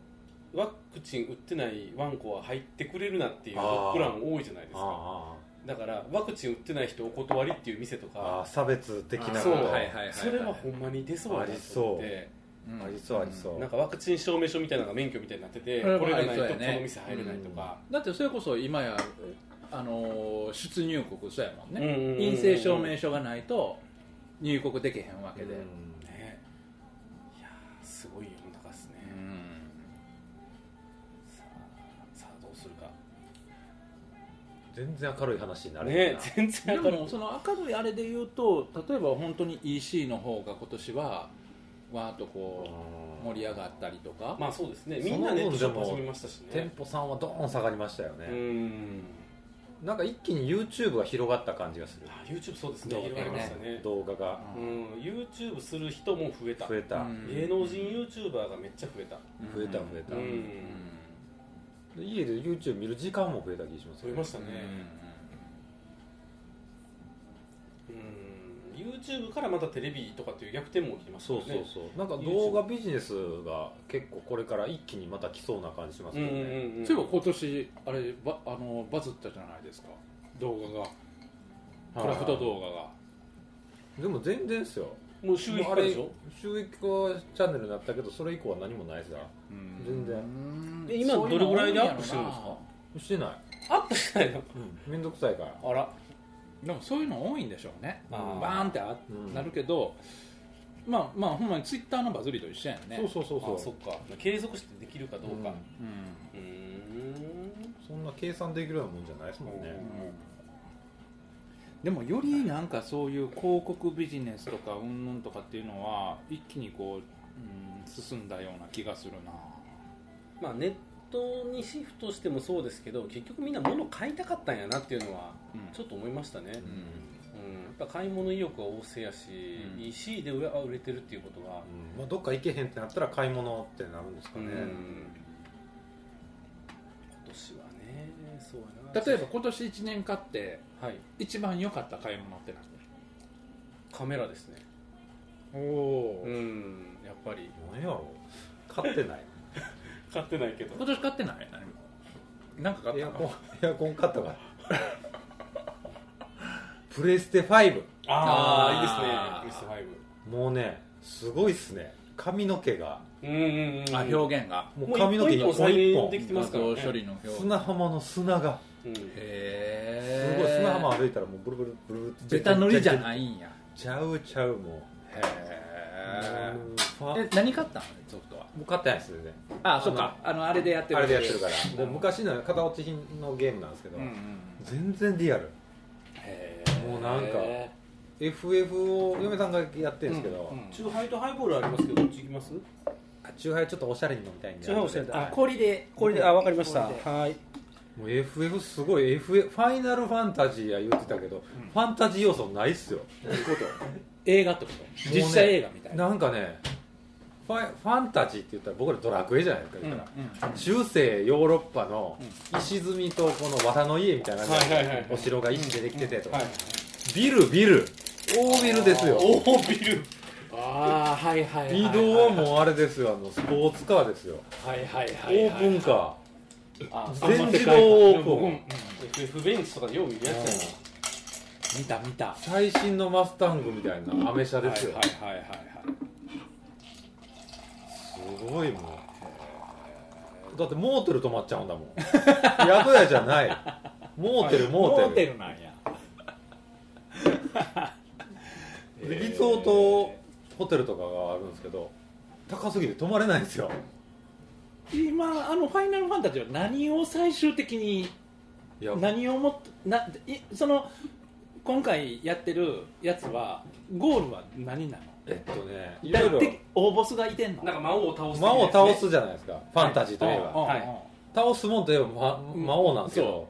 [SPEAKER 3] ワクチン打ってないワンコは入ってくれるなっていうド
[SPEAKER 4] あー
[SPEAKER 3] ッグラン多いじゃないです
[SPEAKER 4] た
[SPEAKER 3] かだからワクチン打ってない人お断りっていう店と
[SPEAKER 4] あ
[SPEAKER 3] か
[SPEAKER 4] あ差別的な
[SPEAKER 3] そ
[SPEAKER 4] こ
[SPEAKER 3] う
[SPEAKER 4] と
[SPEAKER 1] はいはいはいはい
[SPEAKER 3] それはほんまに出そうだなと思って
[SPEAKER 1] うん
[SPEAKER 4] ありそうありそう、
[SPEAKER 3] なんかワクチン証明書みたいなのが免許みたいになってて
[SPEAKER 1] それは
[SPEAKER 3] これがないと
[SPEAKER 1] あり
[SPEAKER 3] こ
[SPEAKER 1] そうやね
[SPEAKER 3] の店入れないとか
[SPEAKER 1] だってそれこそ今やあのー出入国そうやもんね、
[SPEAKER 3] うんうんうんうん
[SPEAKER 1] 陰性証明書がないと入国できへんわけで、
[SPEAKER 4] うん
[SPEAKER 3] ねいやーすごい世の中ですねさあさあどうするか
[SPEAKER 4] 全然明るい話になれへん
[SPEAKER 3] ね
[SPEAKER 4] な
[SPEAKER 3] 全然
[SPEAKER 1] で
[SPEAKER 3] 明る
[SPEAKER 1] もその明るいあれで言うと例えば本当に EC の方が今年はわーっとこう盛り上がったりとか、
[SPEAKER 3] まあそうですねみんなネットショップ遊びましたし
[SPEAKER 4] 店
[SPEAKER 3] ね
[SPEAKER 4] 舗さんはどーん下がりましたよね
[SPEAKER 3] う、ん
[SPEAKER 4] なんか一気に YouTube が広がった感じがする
[SPEAKER 3] あ YouTube そうですね
[SPEAKER 1] 動画
[SPEAKER 3] 広がりましたね
[SPEAKER 4] 動画が
[SPEAKER 3] うん、YouTube する人も増えた
[SPEAKER 4] 増えた、
[SPEAKER 1] うん
[SPEAKER 3] 芸能人 YouTuber がめっちゃ増えた
[SPEAKER 4] 増えた増えた、
[SPEAKER 3] うん、
[SPEAKER 4] で家で YouTube 見る時間も増えた気がします
[SPEAKER 3] 増え
[SPEAKER 4] よ
[SPEAKER 3] ましたね
[SPEAKER 1] うん
[SPEAKER 3] うん、YouTube からまたテレビとかっていう逆転も起きます
[SPEAKER 4] そ
[SPEAKER 3] よ
[SPEAKER 4] う
[SPEAKER 3] ね
[SPEAKER 4] そうそう、なんか
[SPEAKER 3] YouTube
[SPEAKER 4] 動画ビジネスが結構これから一気にまた来そうな感じします
[SPEAKER 3] う
[SPEAKER 4] よ
[SPEAKER 3] ん
[SPEAKER 4] ね、
[SPEAKER 3] うんうん
[SPEAKER 1] そういえば今年あれバあのバズったじゃないですか動画がクラフト動画が、
[SPEAKER 4] でも全然ですよ
[SPEAKER 3] もう収益
[SPEAKER 4] もう
[SPEAKER 3] 化
[SPEAKER 4] あれ
[SPEAKER 3] でしょ
[SPEAKER 4] 収益化チャンネルになったけどそれ以降は何もないですな全然
[SPEAKER 1] うん
[SPEAKER 3] で今どれぐらいでアップしてるんですか
[SPEAKER 4] してない
[SPEAKER 3] アップしないの
[SPEAKER 4] めんどくさいから
[SPEAKER 3] あら
[SPEAKER 1] でもそういうの多いんでしょうね
[SPEAKER 3] あ
[SPEAKER 1] バ
[SPEAKER 3] ー
[SPEAKER 1] ーンってあ
[SPEAKER 4] うん
[SPEAKER 1] なるけど、まあまあほんまにツイッターのバズりと一緒やんね
[SPEAKER 4] そうそうそうそう
[SPEAKER 3] あそっか継続してできるかどうか
[SPEAKER 1] うん
[SPEAKER 3] うーん
[SPEAKER 4] そんな計算できるようなもんじゃないですもんね、
[SPEAKER 1] でもよりなんかそういう広告ビジネスとかうんぬんとかっていうのは一気にこう、うん、進んだような気がするな
[SPEAKER 3] まあネットにシフトしてもそうですけど結局みんな物買いたかったんやなっていうのは
[SPEAKER 1] うん
[SPEAKER 3] ちょっと思いましたね、うん
[SPEAKER 4] う
[SPEAKER 3] やっぱ買い物意欲が旺盛やし、
[SPEAKER 1] うん
[SPEAKER 3] EC で売れ売れてるっていうことは、
[SPEAKER 4] んまあ、どっか行けへんってなったら買い物ってなるんですか
[SPEAKER 3] うん
[SPEAKER 4] ね、
[SPEAKER 3] 今年はねそうやな
[SPEAKER 1] 例えば今年1年買って
[SPEAKER 3] はい
[SPEAKER 1] 一番良かった買い物ってなんだ
[SPEAKER 3] カメラですね
[SPEAKER 1] おおー
[SPEAKER 3] うんやっぱり
[SPEAKER 4] 何やろ買ってない
[SPEAKER 3] 買ってないけど
[SPEAKER 1] 今年買ってない何もなんか買
[SPEAKER 4] エ
[SPEAKER 1] っ
[SPEAKER 4] ア
[SPEAKER 1] た
[SPEAKER 4] コン
[SPEAKER 1] の
[SPEAKER 4] エアコン買ったからプレステ5
[SPEAKER 3] ああいいですね PS5
[SPEAKER 4] もうねすごいっすね髪の毛が
[SPEAKER 3] うんうんうん
[SPEAKER 1] あ表現が
[SPEAKER 4] もう髪の毛一
[SPEAKER 3] もう一
[SPEAKER 4] 本
[SPEAKER 3] 本
[SPEAKER 4] 一
[SPEAKER 3] 一本
[SPEAKER 4] 本
[SPEAKER 3] 再現できてますからね
[SPEAKER 1] 画像処理の表現
[SPEAKER 4] 砂浜の砂が
[SPEAKER 3] うん
[SPEAKER 4] す
[SPEAKER 1] へえ
[SPEAKER 4] ごい砂浜歩いたらもうブルブルブルブル
[SPEAKER 1] ベタ塗りじゃ
[SPEAKER 4] い
[SPEAKER 1] ないんや
[SPEAKER 4] ちゃうちゃうもう
[SPEAKER 1] へ
[SPEAKER 4] ねファン
[SPEAKER 1] え何買ったのソフトは
[SPEAKER 4] 僕買ってないです全然
[SPEAKER 1] あそうかあのあれでやってる
[SPEAKER 4] あれでやってるからもう昔の片落ち品のゲームなんですけど、
[SPEAKER 1] うんうん
[SPEAKER 4] 全然リアルもうなんか FF を嫁さんがやってるんですけど、
[SPEAKER 1] うんうん
[SPEAKER 3] チューハイとハイボールありますけどどっち行きます
[SPEAKER 4] あチューハイちょっとおしゃれに飲みたいんで
[SPEAKER 3] チューハイおしゃれだ
[SPEAKER 4] は
[SPEAKER 1] あ
[SPEAKER 4] い
[SPEAKER 1] 氷で
[SPEAKER 3] これであわかりました
[SPEAKER 1] 氷で
[SPEAKER 3] はい
[SPEAKER 4] もう FF すごい FF ファイナルファンタジーや言ってたけど、ファンタジー要素ないっすよ
[SPEAKER 1] 映画ってこと実写映画みたいな
[SPEAKER 4] なんかねファイファンタジーって言ったら僕らドラクエじゃないですか、言ったら
[SPEAKER 1] うんうん
[SPEAKER 4] 中世ヨーロッパの石積みとこの綿の家みたいな感じ
[SPEAKER 3] はいはいはい
[SPEAKER 4] でお城が石でできててとか、
[SPEAKER 3] はい
[SPEAKER 4] ビルビル大ビルですよ
[SPEAKER 3] おおビル
[SPEAKER 1] ああはいはいはい
[SPEAKER 4] 移動はもうあれですよあのスポーツカーですよ
[SPEAKER 1] はいはい
[SPEAKER 4] オ
[SPEAKER 1] はい
[SPEAKER 4] ープンカ
[SPEAKER 1] あ
[SPEAKER 4] ー全自動オープ
[SPEAKER 3] 僕
[SPEAKER 4] ン
[SPEAKER 3] も FF ベンチとかでよう見るやつや
[SPEAKER 1] 見た見た
[SPEAKER 4] 最新のマスタングみたいなアメ車
[SPEAKER 1] はい
[SPEAKER 4] ですよ
[SPEAKER 1] はいはいはい
[SPEAKER 4] すごいもうだってモーテル泊まっちゃうんだも ん宿屋じゃないモーテルモーテル
[SPEAKER 1] なんや
[SPEAKER 4] でリゾートホテルとかがあるんですけど高すぎて泊まれないんですよ
[SPEAKER 1] 今あのファイナルファンタジーは何を最終的に
[SPEAKER 4] いや
[SPEAKER 1] 何をもっないその今回やってるやつはゴールは何なの
[SPEAKER 4] えっとねい
[SPEAKER 1] だ
[SPEAKER 4] ろいろ
[SPEAKER 1] て大ボスがいてんの
[SPEAKER 3] ななんか魔王を倒す
[SPEAKER 4] 魔王を倒すじゃないですかファンタジーといえば、
[SPEAKER 1] うんうん
[SPEAKER 3] はい
[SPEAKER 4] 倒すもんといえば、ま
[SPEAKER 1] うん
[SPEAKER 4] 魔王なんですけど、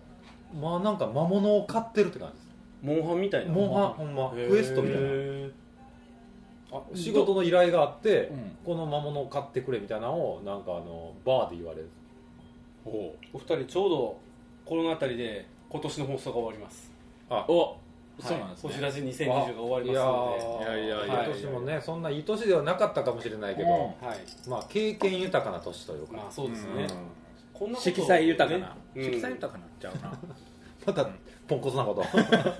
[SPEAKER 4] まあなんか魔物を飼ってるって感じです
[SPEAKER 3] モンハンみたいな
[SPEAKER 4] モンハンほんまクエストみたいな
[SPEAKER 3] へ
[SPEAKER 4] あ仕事の依頼があって、
[SPEAKER 1] うん
[SPEAKER 4] この魔物を飼ってくれみたいなのをなんかあのバーで言われる
[SPEAKER 3] ーお二人ちょうどこの辺りで今年の放送が終わります
[SPEAKER 4] あ
[SPEAKER 1] おそうなんですね
[SPEAKER 3] 星出し2020が終わりますの
[SPEAKER 1] いやいやいやいや
[SPEAKER 4] 今年もねそんないい年ではなかったかもしれないけど、
[SPEAKER 3] ではい
[SPEAKER 4] まあ経験豊かな年というか、
[SPEAKER 3] まあそうですねこんなことを
[SPEAKER 1] 色彩豊かな、
[SPEAKER 3] うん
[SPEAKER 1] 色彩豊かなっちゃうな
[SPEAKER 4] またポンコツ なこと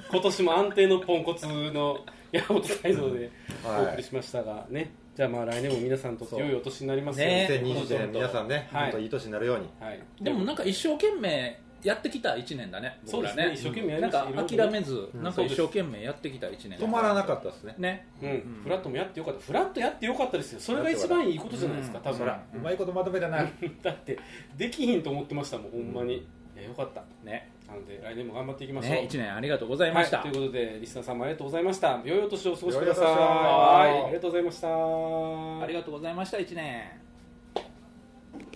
[SPEAKER 3] 今年も安定のポンコツの 山本泰造で
[SPEAKER 4] は
[SPEAKER 3] お
[SPEAKER 4] い
[SPEAKER 3] 送りしましたがねじゃあまあ来年も皆さんにとって良いお年になりますように
[SPEAKER 1] ね
[SPEAKER 4] 2020年皆さんね、
[SPEAKER 3] はい
[SPEAKER 4] 本当いい年になるように
[SPEAKER 3] はい
[SPEAKER 1] でもなんか一生懸命やってきた1年だね
[SPEAKER 3] そうですね
[SPEAKER 1] 僕ら
[SPEAKER 3] 一生懸命やり
[SPEAKER 1] な
[SPEAKER 3] ま
[SPEAKER 1] ん
[SPEAKER 3] した
[SPEAKER 1] か諦めず、
[SPEAKER 4] うん
[SPEAKER 1] なんか一生懸命やってきた1年
[SPEAKER 4] 止まらなかったですね
[SPEAKER 1] ね
[SPEAKER 3] うん、フラットもやってよかったフラットやってよかったですよそれが一番いいことじゃないですか、
[SPEAKER 1] うん
[SPEAKER 3] 多分
[SPEAKER 4] そら、うまいことまとめたな
[SPEAKER 3] だってできひんと思ってましたもんほんまに、いやよかった
[SPEAKER 1] ね
[SPEAKER 3] なので来年も頑張っていきましょう、
[SPEAKER 1] ね1年ありがとうございました、
[SPEAKER 3] はい、ということでリスナーさんもありがとうございました良いお年をお過ごしください
[SPEAKER 4] 良いお年を
[SPEAKER 3] はいありがとうございました
[SPEAKER 1] ありがとうございました1年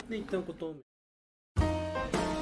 [SPEAKER 3] で一旦ことを